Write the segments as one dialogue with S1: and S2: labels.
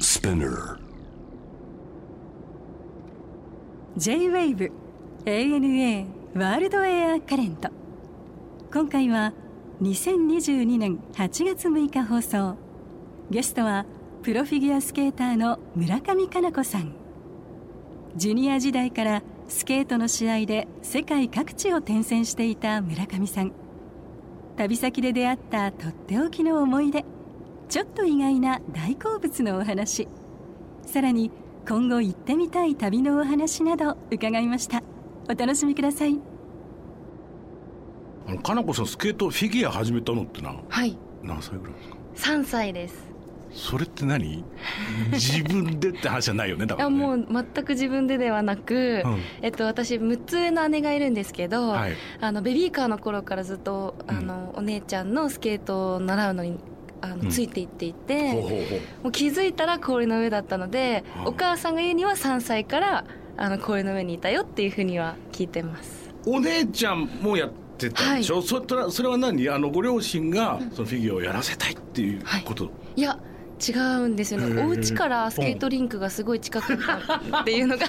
S1: Spinner.
S2: J-WAVE ANA ワールドエアカレント今回は2022年8月6日放送ゲストはプロフィギュアスケーターの村上佳菜子さんジュニア時代からスケートの試合で世界各地を転戦していた村上さん旅先で出会ったとっておきの思い出ちょっと意外な大好物のお話さらに今後行ってみたい旅のお話など伺いましたお楽しみください
S3: あのかなこさんスケートフィギュア始めたのってな
S4: はい
S3: 何歳ぐらいですか
S4: 3歳です
S3: それって何自分でって話じゃないよねだ
S4: い
S3: から、
S4: や
S3: ね、
S4: もう全く自分でではなく、
S3: うん
S4: えっと、私6つ上の姉がいるんですけど、
S3: はい
S4: あのベビーカーの頃からずっと
S3: うん
S4: あの、お姉ちゃんのスケートを習うのにあの、
S3: うん
S4: ついていっていて
S3: ほうほうほう
S4: もう気づいたら氷の上だったので、
S3: はあ
S4: お母さんが言うには3歳からあの氷の上にいたよっていうふうには聞いてます
S3: お姉ちゃんもやってたでしょ、それとそれは何あのご両親がそのフィギュアをやらせたいっていうこと、
S4: いや違うんですよ
S3: へえ
S4: ねお家からスケートリンクがすごい近かったっていうのが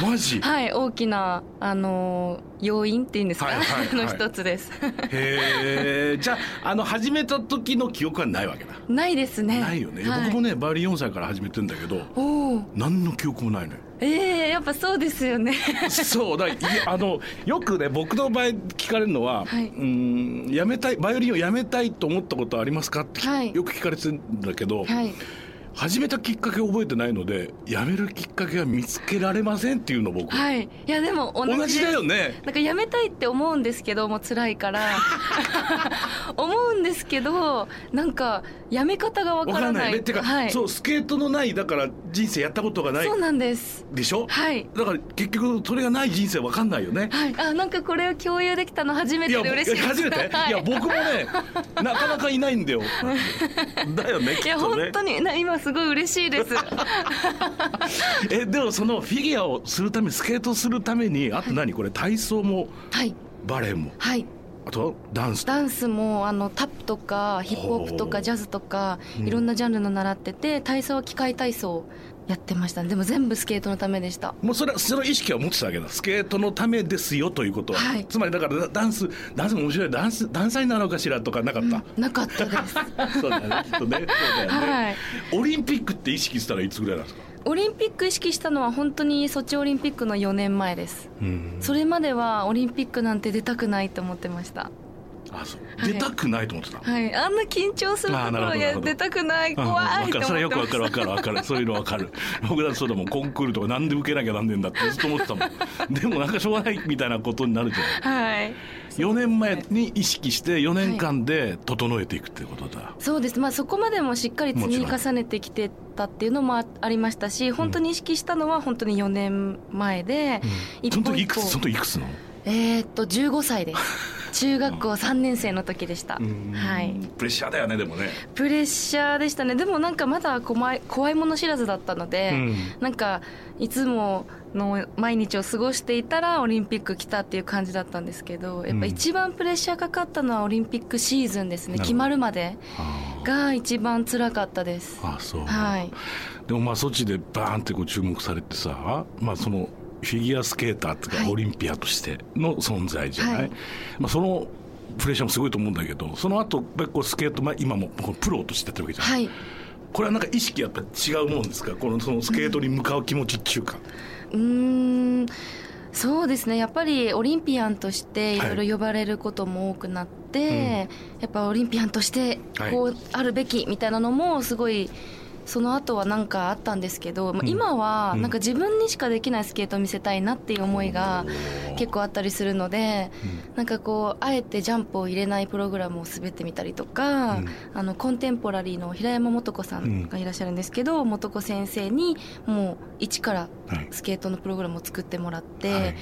S3: マジへ
S4: はい大きなあの要因っていうんですか、
S3: はい はいはい
S4: の一つです
S3: えじゃああの始めた時の記憶はないわけだ、
S4: ないですね
S3: ないよね、
S4: はい
S3: 僕もねバイオリン4歳から始めてんだけど
S4: おお
S3: 何の記憶もないのよ
S4: ええやっぱそうです よね
S3: そうだいあのよくね僕の場合聞かれるのは、
S4: はいう
S3: ーんやめたいバイオリンをやめたいと思ったことはありますかって、
S4: はい
S3: よく聞かれてるんだけど、
S4: はい
S3: 始めたきっかけを覚えてないのでやめるきっかけが見つけられませんっていうの僕、
S4: はいいやでも同じ
S3: 同
S4: です
S3: じだよね
S4: なんかやめたいって思うんですけどもう辛いか ら 思うんですけどなんかやめ方がわ
S3: わ
S4: か
S3: から
S4: ら
S3: な
S4: ないい
S3: ねてか、
S4: はい、
S3: そうスケートのないだから人生やったことがない
S4: そうなんです
S3: でしょ、
S4: はい
S3: だから結局それがない人生わかんないよね、
S4: はいあなんかこれを共有できたの初め
S3: い
S4: てで嬉しいです
S3: 初めて、、
S4: はいい、
S3: や僕もねなかなかいないんだよ だよねきっ
S4: いや
S3: と
S4: 本
S3: ね
S4: 当にな今すごい嬉し いです
S3: えでもそのフィギュアをするためスケートするためにあと何これ体操も
S4: はい
S3: バレエも
S4: はい
S3: あとダンスと
S4: ダンスもあのタップとかヒップホップと
S3: ほう
S4: かジャズとか
S3: うん
S4: いろんなジャンルの習ってて体操は機械体操やってましたねでも全部スケートのためでした
S3: もうそれはその意識は持ってたわけだスケートのためですよということは、
S4: はい
S3: つまりだからダダンスダンスも面白いダンスダンサーになろうかしらとかなかった、
S4: なかったで す
S3: そうだよねきっとねそうだよね、
S4: はい
S3: オリンピックって意識したらいつぐらいなんですか
S4: オリンピック意識したのは本当にソチオリンピックの4年前ですそれまではオリンピックなんて出たくないと思ってました
S3: あそう、
S4: はい
S3: 出たくないと思ってた、
S4: はいあんな緊張する
S3: あー
S4: と
S3: な
S4: こ
S3: るほど
S4: ろ
S3: なる
S4: や
S3: ほど
S4: 出たくない怖
S3: あ
S4: い
S3: 分か
S4: と
S3: るそれは
S4: 思
S3: よ
S4: っ
S3: く
S4: てま
S3: わ
S4: し
S3: かるわかるわかるそういうのわかる僕だってそうだもんコンクールとかなんで受けなきゃなんねえんだってずっと思ってたもんでもなんかしょうがないみたいなことになるじゃん
S4: たはい
S3: 4年前に意識して4年間で整えていくってことだ、
S4: そうです、まあ、そこまでもしっかり積み重ねてきてたっていうのもあありましたし本当に意識したのは本当に4年前で、
S3: その時いくつ
S4: 歩
S3: その時いくつなの
S4: えーっと15 歳です中学校3年生の時でした、はい
S3: プレッシャーだよねでもね
S4: プレッシャーでしたねでもなんかまだ怖い怖いもの知らずだったので、
S3: うん
S4: なんかいつもの毎日を過ごしていたらオリンピック来たっていう感じだったんですけどやっぱ一番プレッシャーかかったのはオリンピックシーズンです
S3: な
S4: ね、
S3: るほど
S4: 決まるまで
S3: あ
S4: が一番辛かったです
S3: ああそう、
S4: はい
S3: でもまあソチでバーンってこう注目されてさまあそのフィギュアスケーターっていうか
S4: はい
S3: オリンピアとしての存在じゃない、
S4: はい
S3: まあ、そのプレッシャーもすごいと思うんだけどその後やっぱりこうスケート、まあ、今もこうプロとしてやってるわけじゃん、
S4: はい
S3: これはなんか意識やっぱ違うもんですかこのそのスケートに向かう気持ちっていうか、
S4: うーんそうですねやっぱりオリンピアンとしてい
S3: はい
S4: ろいろ呼ばれることも多くなって、やっぱオリンピアンとして
S3: はい
S4: こうあるべきみたいなのもすごいその後は何かあったんですけど、まあ
S3: うん
S4: 今は
S3: うん
S4: なんか自分にしかできないスケートを見せたいなっていう思いが結構あったりするので、なんかこうあえてジャンプを入れないプログラムを滑ってみたりとか、
S3: うん
S4: あのコンテンポラリーの平山素子さんがいらっしゃるんですけど、素子先生にもう一から
S3: はい
S4: スケートのプログラムを作ってもらって、
S3: はい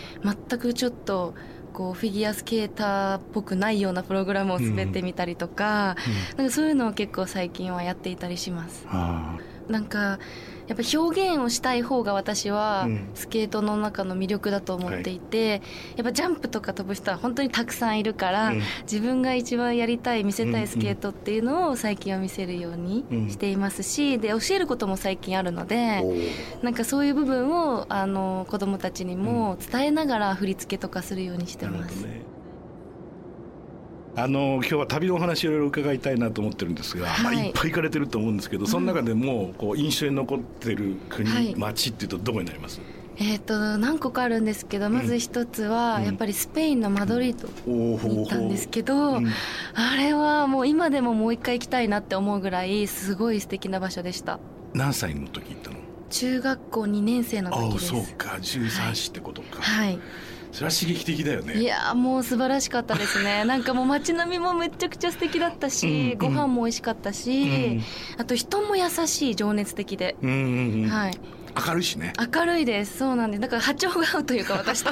S4: 全くちょっとこうフィギュアスケーターっぽくないようなプログラムを滑ってみたりとか,、なんかそういうのを結構最近はやっていたりします。
S3: ああ
S4: なんかやっぱ表現をしたい方が私は
S3: うん
S4: スケートの中の魅力だと思っていて、やっぱジャンプとか飛ぶ人は本当にたくさんいるから、
S3: うん
S4: 自分が一番やりたい見せた
S3: うんうん
S4: いスケートっていうのを最近は見せるように
S3: うん
S4: していますし、で教えることも最近あるので、
S3: おー
S4: なんかそういう部分をあの子供たちにも伝えながら振り付けとかするようにして
S3: なるほ
S4: ます。
S3: どね。あの今日は旅のお話いろいろ伺いたいなと思ってるんですが、
S4: はい
S3: まあ、いっぱい行かれてると思うんですけど、その中でもこう印象に残ってる国、
S4: はい
S3: 町っていうとどこになります
S4: えっ、と何個かあるんですけどまず一つ
S3: う
S4: は
S3: ん
S4: やっぱりスペインのマドリード
S3: お
S4: に行ったんですけ
S3: ど
S4: ど、
S3: うん
S4: あれはもう今でももう一回行きたいなって思うぐらいすごい素敵な場所でした
S3: 何歳の時行ったの
S4: 中学校2年生の
S3: あ
S4: 時
S3: あ
S4: です
S3: そうか13歳ってことか、
S4: はい
S3: それは刺激的だよ
S4: い
S3: ね
S4: やーもう素晴らしかったですねなんかもう街並みもめちゃくちゃ素敵だった
S3: う
S4: し、
S3: ん
S4: ご飯も美味しかったし、
S3: うん
S4: あと人も優しい情熱的で、
S3: うんうんうん、
S4: はい
S3: 明るいしね
S4: 明るいですそうなんですだから波長が合うというか 私と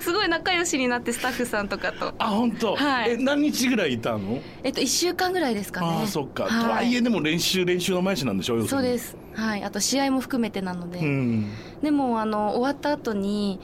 S4: すごい仲良しになってスタッフさんとかと
S3: あ本当、
S4: はい
S3: え何日ぐらいいたの、
S4: えっと1週間ぐらいですかね
S3: ああそっか、
S4: はい
S3: とはいえでも練習練習の毎日なんでしょ要
S4: そうですすはいあと試合も含めてなので、
S3: るにうん
S4: でもあの終わった後に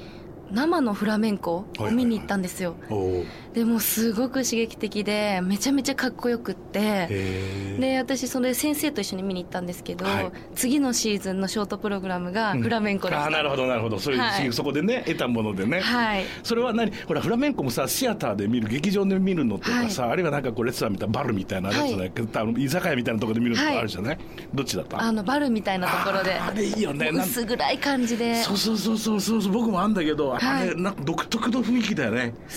S4: 生のフラメンコを見に行ったんですよ、
S3: おおへ
S4: でもすごく刺激的でめちゃめちゃかっこよくって
S3: え
S4: で私それ先生と一緒に見に行ったんですけど、
S3: はい
S4: 次のシーズンのショートプログラムが
S3: うん
S4: フラメンコでし
S3: あ
S4: た、
S3: あなるほどなるほどそういう、
S4: はい
S3: そこでね得たものでね、
S4: はい
S3: それは何ほらフラメンコもさシアターで見る劇場で見るのとかさ、あるいはなんかこうレストランみたいなバルみたいなやつ
S4: は
S3: ね、あの居酒屋みたいなところで見るのとかあるじゃない、どっちだった
S4: あのバルみたいなところで
S3: ああれいいよね
S4: もう
S3: なん
S4: 薄暗い感じで
S3: そうそうそうそうそうそう僕もあんだけど、あ
S4: はい
S3: れなんか独特の雰囲気だよね近
S4: ごいで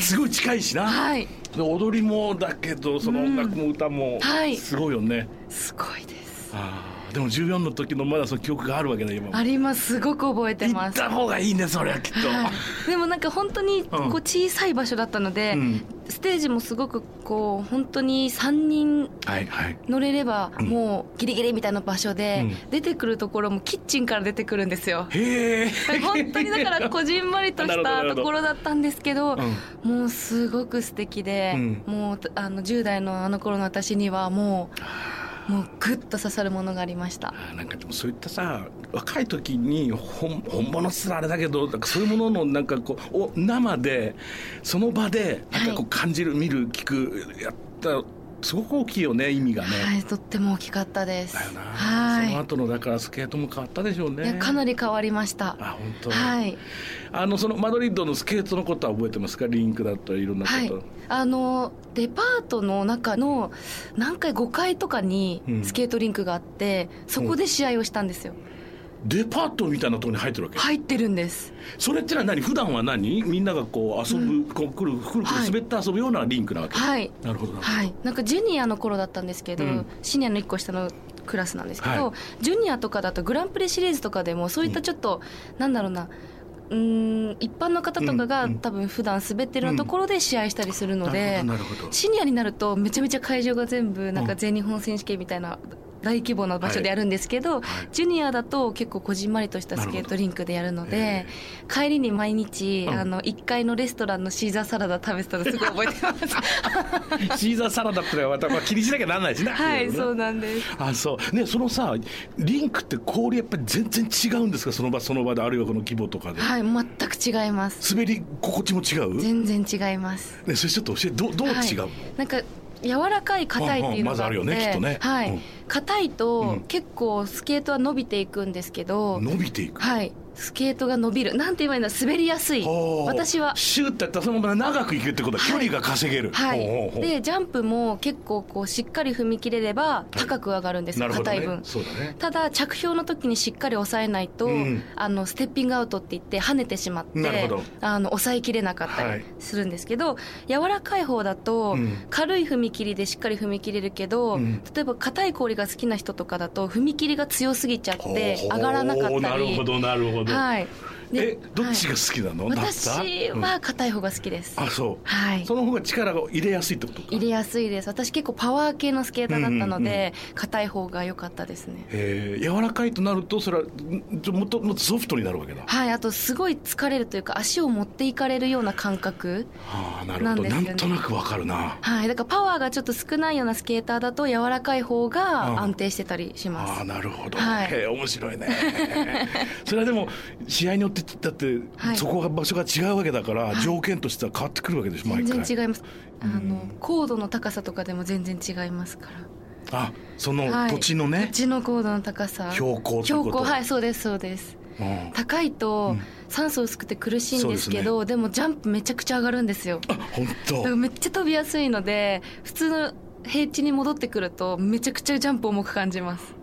S4: す
S3: すごい近いしな、
S4: はい
S3: で踊りもだけどその音楽も歌も
S4: はい
S3: すごいよね、
S4: すごいです
S3: あーでも14の時のまだその記憶があるわけだ今も
S4: ありますすごく覚えて
S3: 行
S4: ま
S3: っ
S4: す
S3: た方がいいねそれはきっと、
S4: はい、でもなんか本当にこ
S3: うん
S4: う小さい場所だったので、
S3: うん
S4: ステージもすごくこう本当に3人
S3: はいはい
S4: 乗れれば
S3: ん
S4: もうギリギリみたいな場所で、
S3: う
S4: 出てくるところもキッチンから出てくるんですよ
S3: へえ
S4: 本当にだからこじんまりと
S3: なるほ
S4: し
S3: どなるほ
S4: た
S3: ど
S4: ところだったんですけど
S3: うん
S4: もうすごく素敵で、
S3: うん
S4: もうあの10代のあの頃の私にはもうもうグッと刺さるものがありました
S3: あーなんかでもそういったさ若い時に本本物っつらあれだけどなんかそういうもののなんかこうお生でその場でなんかこ
S4: は
S3: う
S4: い
S3: 感じる、見る聞くやったすごく大きいよね意味がね。
S4: はいとっても大きかったです
S3: だよな、
S4: はい
S3: その後のだからスケートも変わったでしょうね。
S4: いやかなり変わりました
S3: あ本当、
S4: はい
S3: あのそのマドリッドのスケートのことは覚えてますかリンクだったりいろんなこ
S4: はい
S3: と、、
S4: あのデパートの中の何回5階とかに
S3: うん
S4: スケートリンクがあって、そこで試合をしたんですよ
S3: デパートみたいなところに入ってるわけ、
S4: 入ってるんです
S3: それってのは何普段は何みんながこう遊ぶ、こうくるくるくる滑って遊ぶようなリンクなわけ、
S4: はい
S3: なるほどなるほど
S4: はいなんかジュニアの頃だったんですけど、
S3: うん
S4: シニアの1個下のクラスなんですけど、
S3: は
S4: ジュニアとかだとグランプリシリーズとかでもそういったちょっと、なんだろうなうーん一般の方とかが、
S3: うんうん
S4: 多分普段滑ってるようなところで試合したりするので、
S3: なるほどなるほど
S4: シニアになるとめちゃめちゃ会場が全部なん
S3: う
S4: か
S3: ん
S4: 全日本選手権みたいな大規模な場所でやるんですけ
S3: は
S4: ど、
S3: い
S4: ジュニアだと結構こじんまりとしたスケートリンクでやるの
S3: なる
S4: で帰りに毎日、
S3: うん
S4: あの1階のレストランのシーザーサラダ食べてたのすごい覚えてます
S3: シーザーサラダってのはまた、まあ、気にしなきゃなんないしな。
S4: はい
S3: ね
S4: そうなんです
S3: あそうね、そのさリンクって氷やっぱり全然違うんですかその場その場であるいはこの規模とかで、
S4: はい全く違います
S3: 滑り心地も違う、ね、
S4: 全然違います
S3: それちょっと教えてどうどう違う、
S4: はい、なんか柔らかい硬いっていうのがあって、
S3: うんうんまずあるよねきっとね
S4: は
S3: うん
S4: い硬い
S3: うん
S4: と結構スケートは伸びていくんですけど、
S3: 伸びていく、
S4: はいスケートが伸びるなんて言えばいいんだ滑りやすい
S3: ほう
S4: 私は
S3: シューってやったらそのまま長くいけるってことは距離が稼げる、
S4: は
S3: ほうほうほ
S4: いうでジャンプも結構こうしっかり踏み切れれば高く上がるんです
S3: な
S4: よ
S3: るほど
S4: 硬、
S3: ね
S4: い分
S3: そうだね
S4: ただ着氷の時にしっかり抑えないと、
S3: うん
S4: あのステッピングアウトって言って跳ねてしまっ
S3: なるほ
S4: て
S3: ど
S4: あの抑えきれなかった
S3: はい
S4: りするんですけど、柔らかい方だと、
S3: うん
S4: 軽い踏み切りでしっかり踏み切れるけど、
S3: うん
S4: 例えば硬い氷が好きな人とかだと踏み切りが強すぎちゃっ
S3: ほう
S4: て上がらなかっ
S3: な
S4: た
S3: る
S4: り
S3: ほどなるほど、
S4: はい
S3: え
S4: で
S3: どっちが好きなの、だった
S4: 私
S3: うん
S4: は硬い方が好きです、
S3: あそう、
S4: はい
S3: その方が力を入れやすいってことか
S4: 入れやすいです私結構パワー系のスケーターだったの
S3: うんうん
S4: で硬、い方が良かったですね
S3: えー柔らかいとなるとそれはんちょもっともっとソフトになるわけだ、
S4: はいあとすごい疲れるというか足を持っていかれるような感覚
S3: ああなるほどな,、
S4: なんんですよね
S3: となくわかるな
S4: はいだからパワーがちょっと少ないようなスケーターだと柔らかい方
S3: うん
S4: が安定してたりします
S3: ああなるほど、
S4: はい
S3: へえ面白いね それはでも試合によってだって、
S4: はい
S3: そこが場所が違うわけだから、条件としては変わってくるわけでしょ毎
S4: 全
S3: 回
S4: 然違いますあの高度の高さとかでも全然違いますか
S3: あその
S4: ら、はい、
S3: 土地のね、
S4: 土地の高度の高さ
S3: 標高ってこと
S4: 標高はいそうですそうです
S3: うん
S4: 高いと酸素薄くて苦しいんですけどで,、もジャンプめちゃくちゃ上がるんですよ
S3: あ本
S4: だ
S3: 当
S4: からめっちゃ飛びやすいので普通の平地に戻ってくるとめちゃくちゃジャンプ重く感じます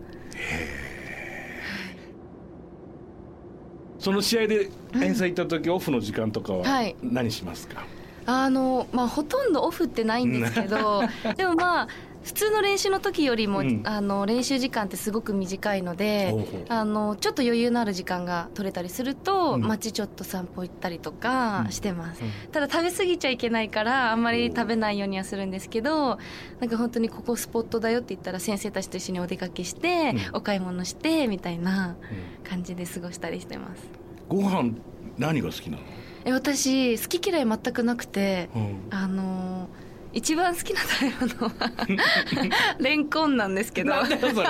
S3: その試合で遠征行った時、オフの時間とか
S4: は
S3: はい何しますか、
S4: あのまあほとんどオフってないんですけどでもまあ普通の練習の時よりも、
S3: うん
S4: あの練習時間ってすごく短いので
S3: ほうほう
S4: あのちょっと余裕のある時間が取れたりすると、
S3: うん
S4: 街ちょっと散歩行ったりとかしてます、
S3: う
S4: ただ食べ過ぎちゃいけないからあんまり食べないようにはするんですけどなんか本当にここスポットだよって言ったら先生たちと一緒にお出かけして、
S3: う
S4: お買い物してみたいな
S3: うん
S4: 感じで過ごしたりしてます
S3: ご飯何が好きなの、
S4: え私好き嫌い全くなくて
S3: うん
S4: あのー一番好きな食べ物はレンコン なんですけど
S3: なんだよそれ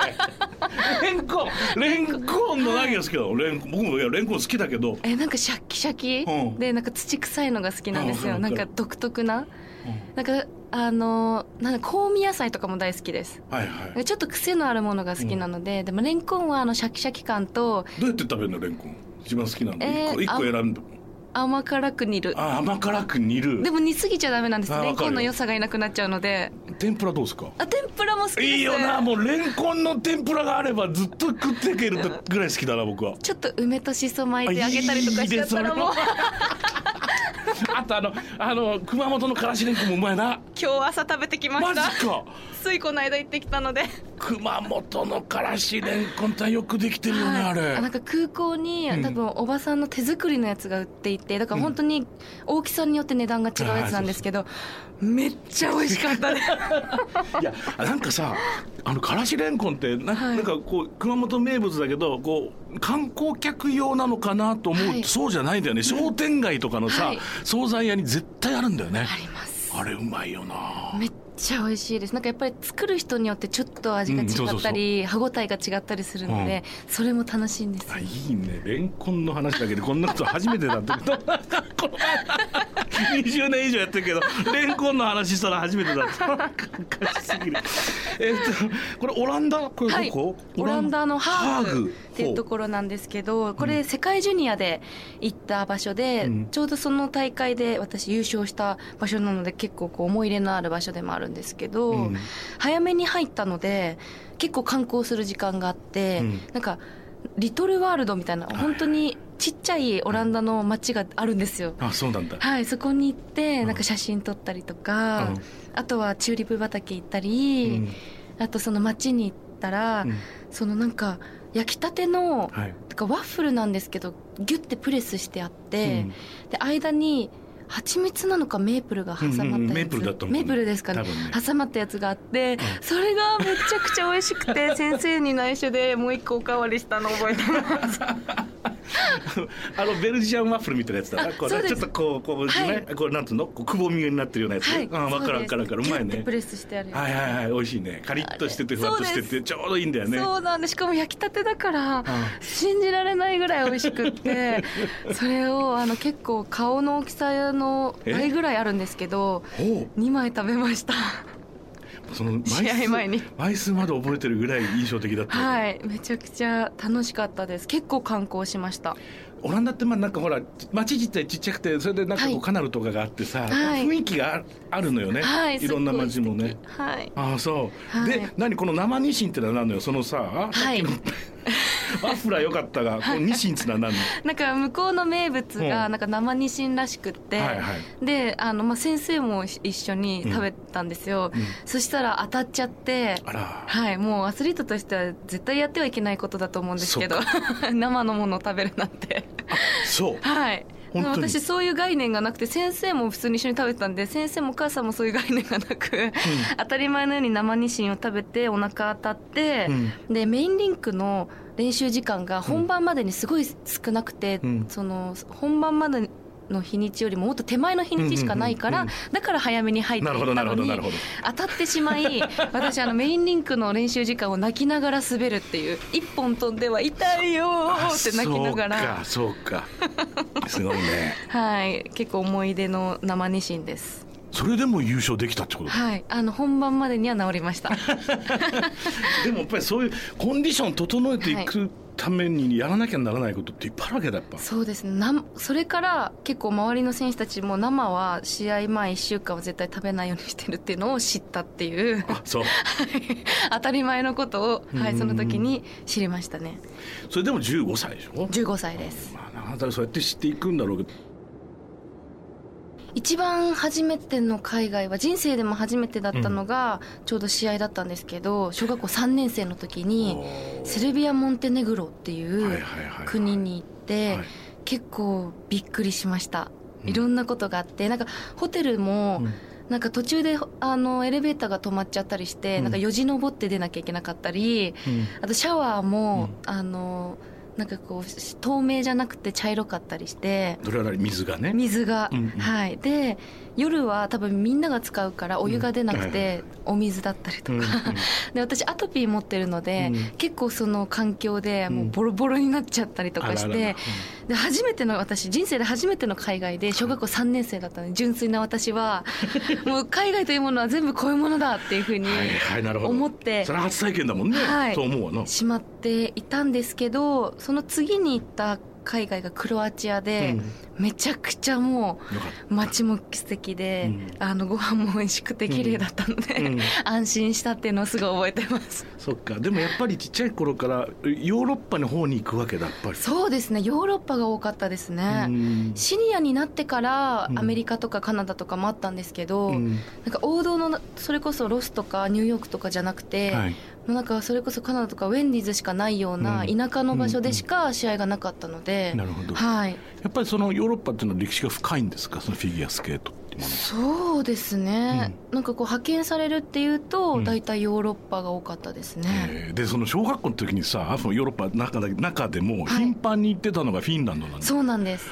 S3: レンコンレンコンの何が好きなのレンコン僕もいやレンコン好きだけど、
S4: えなんかシャッキシャキ、
S3: うん
S4: でなんか土臭いのが好きなんです
S3: う
S4: よ
S3: ん
S4: なんか独特ななんかあのーなんだ香味野菜とかも大好きです
S3: はいはい
S4: ちょっと癖のあるものが好きなので、でもレンコンはあのシャキシャキ感と
S3: どうやって食べるのレンコン一番好きなの、
S4: えー
S3: 一個一個
S4: あ
S3: 選んで
S4: 甘辛く煮る
S3: あ甘辛く煮る
S4: でも煮すぎちゃダメなんです
S3: あ
S4: レン
S3: わ
S4: コ
S3: か
S4: ン
S3: る
S4: の
S3: よ
S4: 良さがいなくなっちゃうので
S3: 天ぷらどうですか
S4: あ天ぷらも好きです
S3: いいよなもうレンコンの天ぷらがあればずっと食っていけるぐらい好きだな僕は
S4: ちょっと梅としそ巻いてあげたりとかしちゃったらもう
S3: いいねそれは あとあのあの熊本のからしれんこんもうまいな
S4: 今日朝食べてきま
S3: マ
S4: し
S3: ジ
S4: た
S3: か
S4: ついこの間行ってきたので
S3: 熊本のからしれんこんってよくできてるよね、あ
S4: はいなん
S3: れ
S4: か空港に多分おばさんの手作りのやつが売っていてだから本当に大きさによって値段が違うやつなんですけどめっちゃ美味しかったです
S3: いやなんかさあのからしれんこんってな,、
S4: はい
S3: なんかこう熊本名物だけどこう観光客用なのかなと思うと、
S4: はい
S3: そうじゃないんだよね商店街とかのさ、
S4: はい
S3: 惣菜屋に絶対あるんだよね
S4: あります
S3: あれうまいよな
S4: めっちゃ美味しいですなんかやっぱり作る人によってちょっと味が違
S3: うんそうそう
S4: ったり、歯ごたえが違ったりするので、それも楽しいんですよ
S3: あいいねレンコンの話だけでこんなこと初めてだったけ どこの前20年以上やってるけどレンコンの話したら初めてだったなんかおかしすぎるえっとこれオランダこれ
S4: はい
S3: どこ、
S4: オランダのハーグっていうと
S3: こ
S4: ころなんですけどこれ世界ジュニアで行った場所で、
S3: うん
S4: ちょうどその大会で私優勝した場所なので結構こう思い入れのある場所でもあるんですけど、
S3: うん
S4: 早めに入ったので結構観光する時間があって、
S3: うん
S4: なんかリトルワールドみたいな本当にちっちゃいオランダの街があるんですよ。
S3: あそうなんだ
S4: はい、そこに行って
S3: ん
S4: なんか写真撮ったりと
S3: う
S4: か、
S3: ん
S4: あとはチューリップ畑行ったり、
S3: うん
S4: あとその町に行ったら、
S3: うん
S4: そのなんか焼きたての
S3: はい
S4: てかワッフルなんですけどギュッてプレスしてあっ
S3: う
S4: て
S3: ん、
S4: で間に蜂蜜なのかメープルが挟まったや
S3: うん
S4: つ、
S3: うんうんメープルだと思う
S4: メープルですかね
S3: 多分ね
S4: 挟まったやつがあって、それがめちゃくちゃ美味し くて先生に内緒でもう一個おかわりしたの覚えてます
S3: あのベルジアンワッフルみたいなやつだなこ
S4: そう
S3: れ
S4: で
S3: ち
S4: す
S3: ょっとこうこう、
S4: はい
S3: ねこれなんつうのこうくぼみになって るようなやつ、
S4: はい
S3: あ分かる分かる分かるうまい
S4: ギュッて
S3: ね
S4: プレスしてあるやつ
S3: はいはいはい美味しいねカリッとしてて
S4: あれ
S3: ふわっとして
S4: そう
S3: てちょうどいいんだよね
S4: そうなんでしかも焼きたてだから
S3: あ
S4: 信じられないぐらい美味しくって それをあの結構顔の大きさの倍ぐらいあるんですけど
S3: おう
S4: 2枚食べました
S3: その枚数
S4: 試合前に
S3: 枚数まで覚えてるぐらい印象的だった、
S4: はいめちゃくちゃ楽しかったです結構観光しました
S3: オランダってまあなんかほら町自体ちっちゃくてそれでなんかこう、
S4: はい
S3: カナルとかがあってさ、
S4: はい
S3: 雰囲気がああるのよね、
S4: はい
S3: ろんな町もね
S4: はい
S3: ああそう、
S4: はい
S3: で何この生ニシンってのは何のよそのさ、
S4: はい
S3: さっきのワッフラーよかったがこのニシンってのは何の
S4: なんか向こうの名物
S3: う
S4: が
S3: ん
S4: なんか生ニシンらしくって、
S3: はいは
S4: であの、まあ、先生も一緒に食べたんですよ、
S3: うん
S4: そしたら当たっちゃって
S3: あら
S4: はい、もうアスリート としては絶対やってはいけないことだと思うんですけど生のものを食べるなんて
S3: そう
S4: はい
S3: 本当に
S4: 私そういう概念がなくて先生も普通に一緒に食べてたんで先生もお母さんもそういう概念がなく、当たり前のように生ニシンを食べてお腹当たって、でメインリンクの練習時間が本番までにすごい少なくて、
S3: うん
S4: その本番までの日にちよりももっと手前の日にちしかないから、
S3: うんうん
S4: だから早めに入って
S3: なる
S4: い
S3: ほ
S4: っ
S3: ど
S4: た
S3: なるほ
S4: の
S3: ど
S4: に
S3: なるほど
S4: 当たってし まい私あのメインリンクの練習時間を泣きながら滑るっていう一本飛んでは痛いよ
S3: あ
S4: ーって泣きながら
S3: そうかそうかすごいね
S4: はい、結構思い出の生ニシンです。
S3: それでも優勝できたってこと
S4: はい、あの本番までには治りま した。
S3: でもやっぱりそういうコンディション整えていくためにやらなきゃならないことっていっぱいあるわけだやっぱ
S4: そうですね。なんそれから結構周りの選手たちも生は試合前1週間は絶対食べないようにしてるっていうのを知ったっていう、
S3: あそう
S4: 当たり前のことを、は
S3: う
S4: い、
S3: ん
S4: その時に知りましたね。
S3: それでも15歳でしょ
S4: 15歳です。
S3: まあ、なかなかそうやって知っていくんだろうけど
S4: 一番初めての海外は人生でも初めてだったのが、ちょうど試合だったんですけど、小学校3年生の時に、
S3: おー
S4: セルビア・モンテネグロって
S3: はいはい
S4: いう
S3: はいはい
S4: 国に行って、
S3: はい
S4: 結構びっくりしました
S3: うん
S4: いろんなことがあって、なんかホテルも、なんか途中であのエレベーターが止まっちゃったりして、
S3: うん
S4: なんかよじ登って出なきゃいけなかったり
S3: うん
S4: あとシャワーも、あのなんかこうし透明じゃなくて茶色かったりして
S3: どれあれ水がね
S4: 水が、
S3: うんうん
S4: はいで夜は多分みんなが使うからお湯が出なく
S3: うんはいはい
S4: て、お水だったりとか、で私アトピー持ってるので、
S3: うん
S4: 結構その環境でもうボロボロになっちゃったりとかして、で初めての私人生で初めての海外で小学校3年生だったので純粋な私 はもう海外というものは全部こういうものだっていうふうに
S3: うんはいはいなるほど
S4: 思って
S3: それは初体験だもんね、
S4: はい
S3: そう思うわな
S4: しまっていたんですけどその次に行った海外がクロアチアで、めちゃくちゃも
S3: うんよかっ
S4: う街も素敵で、
S3: うん
S4: あのご飯も美味しくて綺麗だったので、
S3: た、うん
S4: 安心したっていうのをすごい覚えてます
S3: そっかでもやっぱりちっちゃい頃からヨーロッパの方に行くわけだやっぱり
S4: そうですねヨーロッパが多かったですね、
S3: ん
S4: シニアになってからア
S3: うん
S4: メリカとかカナダとかもあったんですけど、
S3: うん
S4: なんか王道のそれこそロスとかニューヨークとかじゃなくて、
S3: はい
S4: もうなんかそれこそカナダとかウェンディーズしかないような
S3: うん
S4: 田舎の場所でしか試合がなかったので、
S3: なるほど
S4: はい
S3: やっぱりそのヨーロッパっていうのは歴史が深いんですかそのフィギュアスケートっていうもの
S4: そうですね、なんかこう派遣されるっていうと
S3: うん
S4: 大体ヨーロッパが多かったですね、
S3: えーでその小学校の時にさそのヨーロッパの中だ中でも
S4: はい
S3: 頻繁に行ってたのがフィンランドなんだ、
S4: そうなんです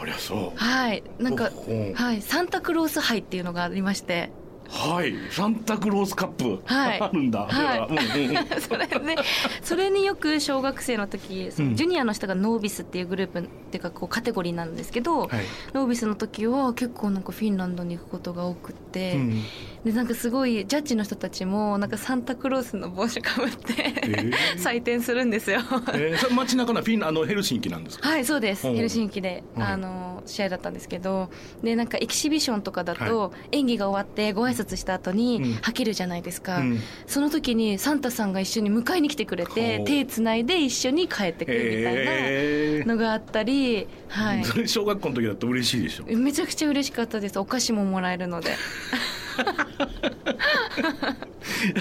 S3: ありゃそう
S4: はいなんか
S3: ほう
S4: はい、サンタクロース杯っていうのがありまして、
S3: はいサンタクロースカップ、
S4: はい
S3: あるんだ、
S4: はい
S3: うんうんうん
S4: それで、それによく小学生の時、そのジュニアの人がノービスっていうグループっていうかこうカテゴリーなんですけど、
S3: はい
S4: ノービスの時は結構なんかフィンランドに行くことが多くて、
S3: うん
S4: でなんかすごいジャッジの人たちもなんかサンタクロースの帽子かぶって、
S3: えー
S4: 採点するんですよは
S3: えー、それ街中のフィンあのヘルシンキなんですか
S4: いそうです
S3: うん
S4: ヘルシンキで、
S3: うん
S4: あの試合だったんですけどでなんかエキシビションとかだと、演技が終わってご挨拶した後
S3: う
S4: に
S3: ん
S4: はけるじゃないですか、
S3: うん
S4: その時にサンタさんが一緒に迎えに来てくれて
S3: ほう
S4: 手つないで一緒に帰ってくるみたい
S3: え
S4: なのがあったり、は い
S3: それ小学校の時だと嬉しいで しょ
S4: めちゃくちゃ嬉しかったですお菓子ももらえるので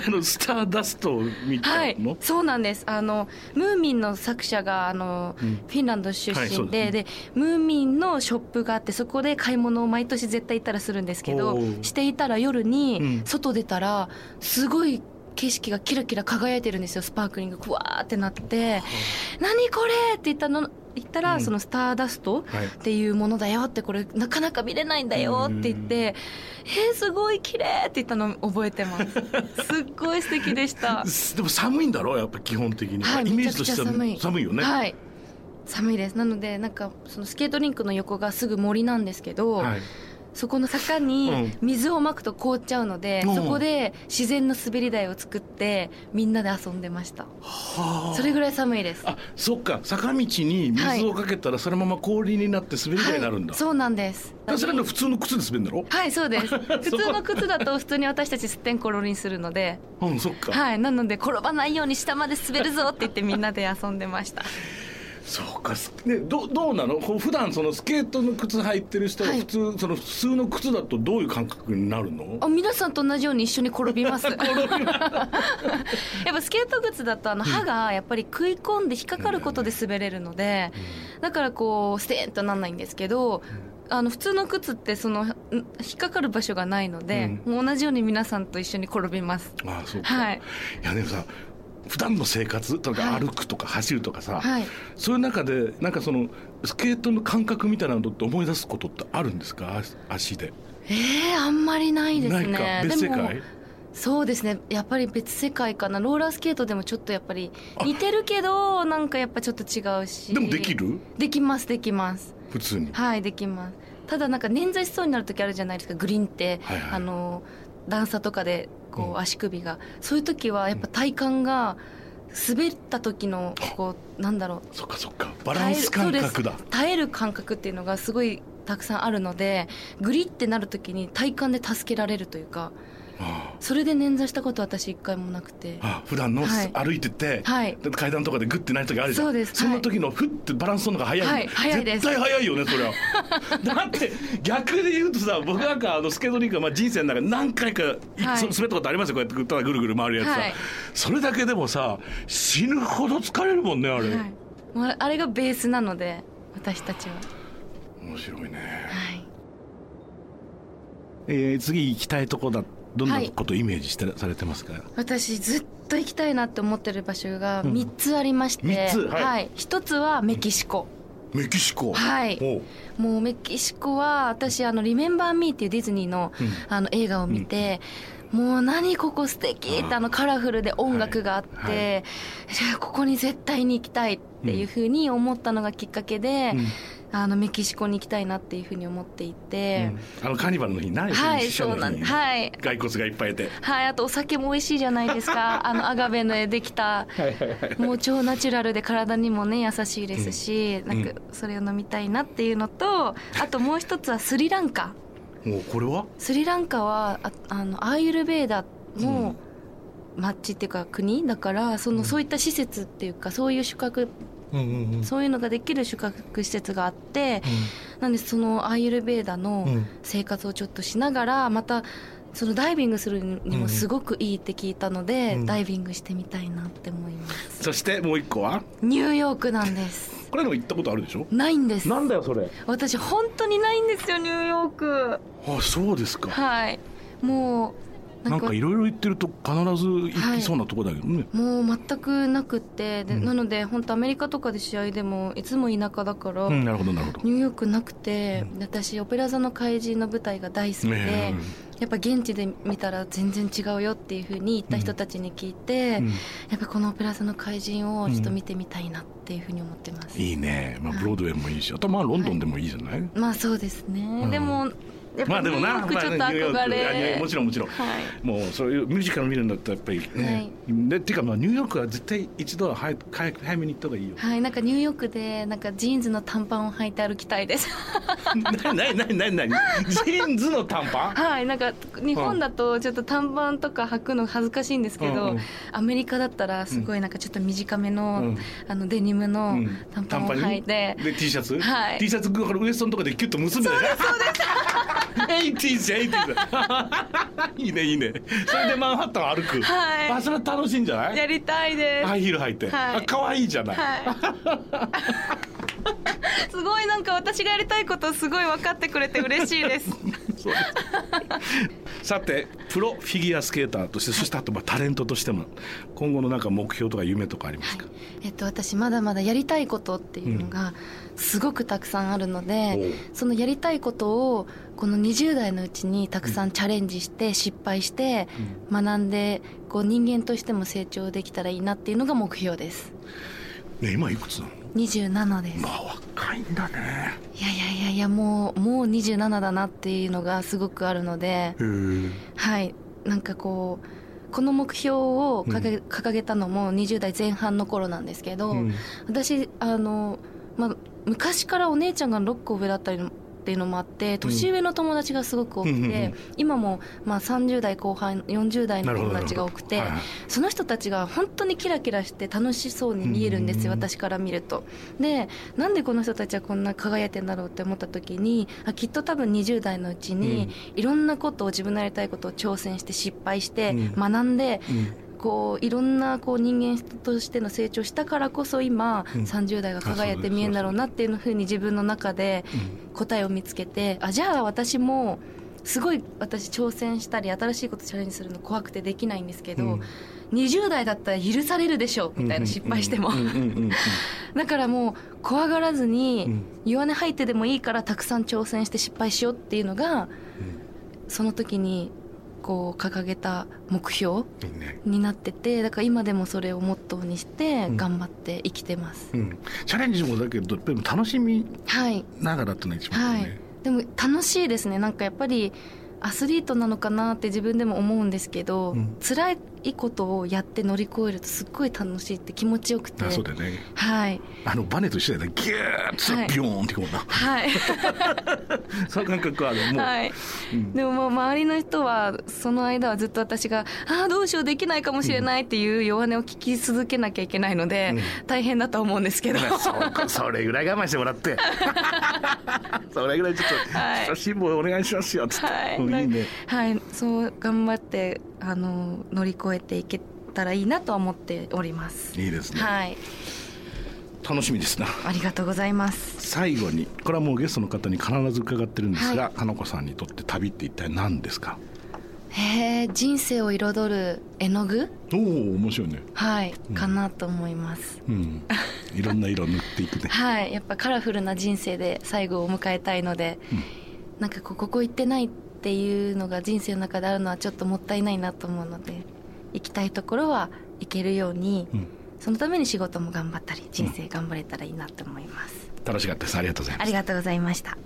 S3: あのスターダストを見たの、
S4: はい、そうなんですあのムーミンの作者があの、
S3: うん
S4: フィンランド出
S3: はいそ
S4: 身
S3: うで
S4: で,、
S3: すね
S4: でムーミンのショップがあってそこで買い物を毎年絶対行ったらするんですけど
S3: おー
S4: していたら夜に、
S3: うん
S4: 外出たらすごい景色がキラキラ輝いてるんですよスパークリングくわーってなって「何これ!」って言ったの言ったら、
S3: うん
S4: そのスターダスト
S3: はい
S4: っていうものだよってこれなかなか見れないんだよって言って「えー、すごい綺麗って言ったの覚えてますすっごい素敵で した
S3: すでも寒いんだろうやっぱ基本的に、
S4: はい
S3: イメージとしては
S4: めちゃくちゃ寒い
S3: 寒いよね、
S4: はい寒いですなのでなんかそのスケートリンクの横がすぐ森なんですけど、
S3: はい
S4: そこの坂に水をまくと凍っちゃうので、
S3: うん
S4: そこで自然の滑り台を作ってみんなで遊んでました
S3: はあ
S4: それぐらい寒いです
S3: あそっか坂道に水をかけたらそのまま氷になって滑り台になるんだ、
S4: はい、そうなんです
S3: だからそれの普通の靴で滑るんだろ
S4: はいそ うです普通の靴だと普通に私たちすってんころりんするので
S3: うんそっか、
S4: はいなので転ばないように下まで滑るぞって言ってみんなで遊んでました
S3: そうかすねどどうなのこう普段そのスケートの靴履いてる人は
S4: はい
S3: 普通、その普通の靴だとどういう感覚になるの
S4: あ皆さんと同じように一緒に転び ます やっぱスケート靴だとあの歯がやっぱり食い込んで引っかかることで滑れるので、だからこうステーンとなんないんですけど、あの普通の靴ってそのん引っかかる場所がないので、もう同じように皆さんと一緒に転びます。
S3: ああそうか、、
S4: はいい
S3: やでもさ普段の生活とか
S4: はい
S3: 歩くとか走るとかさ、
S4: はい。
S3: そういう中でなんかそのスケートの感覚みたいなのって思い出すことってあるんですか足足で
S4: えー、あんまりないですね。
S3: ないか別世
S4: でも
S3: 界
S4: そうですねやっぱり別世界かなローラースケートでもちょっとやっぱり似てるけどなんかやっぱちょっと違うし
S3: でもできる
S4: できますできます
S3: 普通に
S4: はいできますただなんか捻挫しそうになる時あるじゃないですかグリーンって、
S3: はいはい
S4: あの段差とかでこ
S3: うん
S4: う足首が、そういう時はやっぱ体幹が滑った時のこうなんだろう
S3: そっかそっかバランス感覚だ
S4: 耐えるそうです耐える感覚っていうのがすごいたくさんあるのでグリってなる時に体幹で助けられるというか
S3: あ
S4: それで捻挫したことは私一回もなくて
S3: あああ普段の
S4: はい
S3: 歩いてて、
S4: はい
S3: だって階段とかでグッてなる時あるじゃん
S4: そうです
S3: そんな時のフッてバランス取るのが早い、
S4: はい早いです
S3: 絶対早いよねそり ゃだって逆で言うとさ僕なんかあのスケートリンクはまあ人生の中で何回か、い
S4: はい
S3: そ滑ったことありますよこうやってただぐるぐる回るやつさ、
S4: はい
S3: それだけでもさ死ぬほど疲れるもんねあれ、
S4: はいもうあれがベースなので私たちは
S3: 面白いね、
S4: はい
S3: えー次行きたいとこだどん
S4: は
S3: ないことをイメージして、されてますか
S4: 私ずっと行きたいなって思ってる場所が3つありまして、
S3: 三つはい
S4: 1つはメキシコ、
S3: メキシコ
S4: はい
S3: おう
S4: もうメキシコは私あの「リメンバー・ミー」っていうディズニーの,、
S3: うん
S4: あの映画を見て、もう何ここ素敵ってあのカラフルで音楽があって、
S3: はいは
S4: じゃあここに絶対に行きたいっていうふうに思ったのがきっかけで、
S3: うん
S4: あのメキシコに行きたいなっていうふうに思っていて、
S3: うんあのカーニバルの日ない
S4: はいそうなんですはい
S3: 骸骨がいっぱいいて
S4: はい、あとお酒も美味しいじゃないですかあのアガベの絵できたもう超ナチュラルで体にもね優しいですし、
S3: ん
S4: なんかそれを飲みたいなっていうのとあともう一つはスリランカ
S3: もうこれは
S4: スリランカはああのアーユルベーダの町っていうか国だからそのそういった施設っていうかそういう宿泊
S3: うんうんうん
S4: そういうのができる宿泊施設があってなんでそのアーユルベーダの
S3: うん
S4: 生活をちょっとしながらまたそのダイビングするにもすごくいいって聞いたので、
S3: うん
S4: ダイビングしてみたいなって思います
S3: そしてもう一個は
S4: ニューヨークなんです
S3: これの行ったことあるでしょ
S4: ないんです
S3: んだよそれ
S4: 私本当にないんですよニューヨーク
S3: あそうですか
S4: はいもう
S3: なんかいろいろ行ってると必ず行きそうなとこだけどね
S4: もう全くなくってで、
S3: うん
S4: なので本当アメリカとかで試合でもいつも田舎だから、
S3: うんなるほどなるほど
S4: ニューヨークなくて、で私オペラ座の怪人の舞台が大好きで、
S3: ね
S4: やっぱ現地で見たら全然違うよっていうふうに言った人たちに聞いて、
S3: うん
S4: やっぱこのオペラ座の怪人をちょっと見てみたいなっていうふうに思ってます、
S3: いいねまあブロードウェイもいいしあとまあロンドンでもいいじゃない
S4: まあそうですね、
S3: ん
S4: でもやっ
S3: まあ
S4: ぱ
S3: で
S4: ニュ
S3: も
S4: ーヨ
S3: な
S4: ークちょっと
S3: まあニューヨーク
S4: 憧
S3: あニューヨークも
S4: れ
S3: ちろんもちろん
S4: はい
S3: もうそういうミュージカル見るんだったらやっぱりねでっていうかまあニューヨークは絶対一度は早く早く早めに行った方 がいいよ
S4: はい、なんかニューヨークでなんかジーンズの短パンを履いて歩きたいです
S3: なななななジーンズの短パン
S4: はいなんか日本だとちょっと短パンとか履くの恥ずかしいんですけど、
S3: うんうん
S4: アメリカだったらすごいなんかちょっと短めの、
S3: うん
S4: あのデニムの
S3: うん
S4: 短パンを履いて、
S3: で T シャツ、
S4: はい
S3: T シャツこれウエストのとこでキュッと結んでそう ですそうです 80s 80s いいねいいねそれでマンハッタンを歩く、
S4: はい
S3: あそれ楽しいんじゃない
S4: やりたいです、
S3: ハイヒール履いて、
S4: はい
S3: あ可愛いじゃない、
S4: はい。すごいなんか私がやりたいことすごい分かってくれて嬉しいです。
S3: そう さてプロフィギュアスケーターとしてそしてあとまあタレントとしても今後のなんか目標とか夢とかありますか、
S4: えっと私まだまだやりたいことっていうのがすごくたくさんあるので、そのやりたいことをこの20代のうちにたくさんチャレンジして失敗して学んでこう人間としても成長できたらいいなっていうのが目標です。
S3: ね今いくつなの
S4: 27です。
S3: まあ若いんだね
S4: いやいやいやいやもうもう27だなっていうのがすごくあるので。
S3: へえ
S4: はいなんかこうこの目標を掲げ,、掲げたのも20代前半の頃なんですけど、
S3: うん
S4: 私あの、まあ、昔からお姉ちゃんが6個上だったりっっていうのもあって年上の友達がすごく多くて、
S3: うんうんうんうん
S4: 今もまあ30代後半40代の友達が多くて、
S3: なるほどなるほどはいはい
S4: その人たちが本当にキラキラして楽しそうに見えるんですよ、
S3: うん
S4: 私から見るとでなんでこの人たちはこんな輝いてんだろうって思った時にあきっと多分20代のうちに、いろんなことを自分のやりたいことを挑戦して失敗して、
S3: うん
S4: 学んで
S3: うん
S4: こういろんなこう人間としての成長したからこそ今、
S3: うん
S4: 30代が輝いて見えるんだろうなっていうふうに自分の中で答えを見つけてあじゃあ私もすごい私挑戦したり新しいことチャレンジするの怖くてできないんですけど、
S3: うん
S4: 20代だったら許されるでしょうみたいな失敗しても
S3: うんうんうんうん
S4: だからもう怖がらず
S3: う
S4: に
S3: ん
S4: 弱音吐いてでもいいからたくさん挑戦して失敗しようっていうのがその時にこう掲げた目標
S3: うんいいね
S4: になっててだから今でもそれをモットーにして
S3: うん
S4: 頑張って生きてます、
S3: うんチャレンジもだけどでも楽しみ
S4: はい
S3: ながらってのが一番
S4: は
S3: い
S4: いい、
S3: よね
S4: でも楽しいですねなんかやっぱりアスリートなのかなって自分でも思うんですけど、
S3: うん
S4: 辛いことをやって乗り越えるとすっごい楽しいって気持ちよくて
S3: あそうだよね
S4: はい
S3: あのバネと一緒だよねギューッ
S4: はい
S3: てビヨーンってこうな
S4: はい
S3: その感覚はあるもう
S4: はい
S3: うん
S4: でももう周りの人はその間はずっと私が「ああどうしようできないかもしれない」っていう弱音を聞き続けなきゃいけないので、
S3: うん
S4: 大変だとは思うんで すけど
S3: そうそれぐらい我慢してもらってそれぐらいちょっと、
S4: はい
S3: ちょっと辛抱お願いしますよっつって、
S4: はい
S3: うんいいね
S4: はい、そう頑張ってあの乗り越えていけたらいいなとは思っております。
S3: いいですね、
S4: はい、
S3: 楽しみですな
S4: ありがとうございます。
S3: 最後にこれはもうゲストの方に必ず伺ってるんですが、
S4: は
S3: 花子さんにとって旅って一体何ですか
S4: へえ、人生を彩る絵の具、
S3: おお面白いね
S4: はい、
S3: うん
S4: かなと思います。
S3: うんいろんな色塗っていくね
S4: はい、やっぱカラフルな人生で最後を迎えたいので、
S3: うん
S4: なんかこうここ行ってないっていうのが人生の中であるのはちょっともったいないなと思うので、行きたいところは行けるように、
S3: うん
S4: そのために仕事も頑張ったり、人生頑張れたらいいなと思います。
S3: 楽しかったですありがとうございます
S4: ありがとうございました。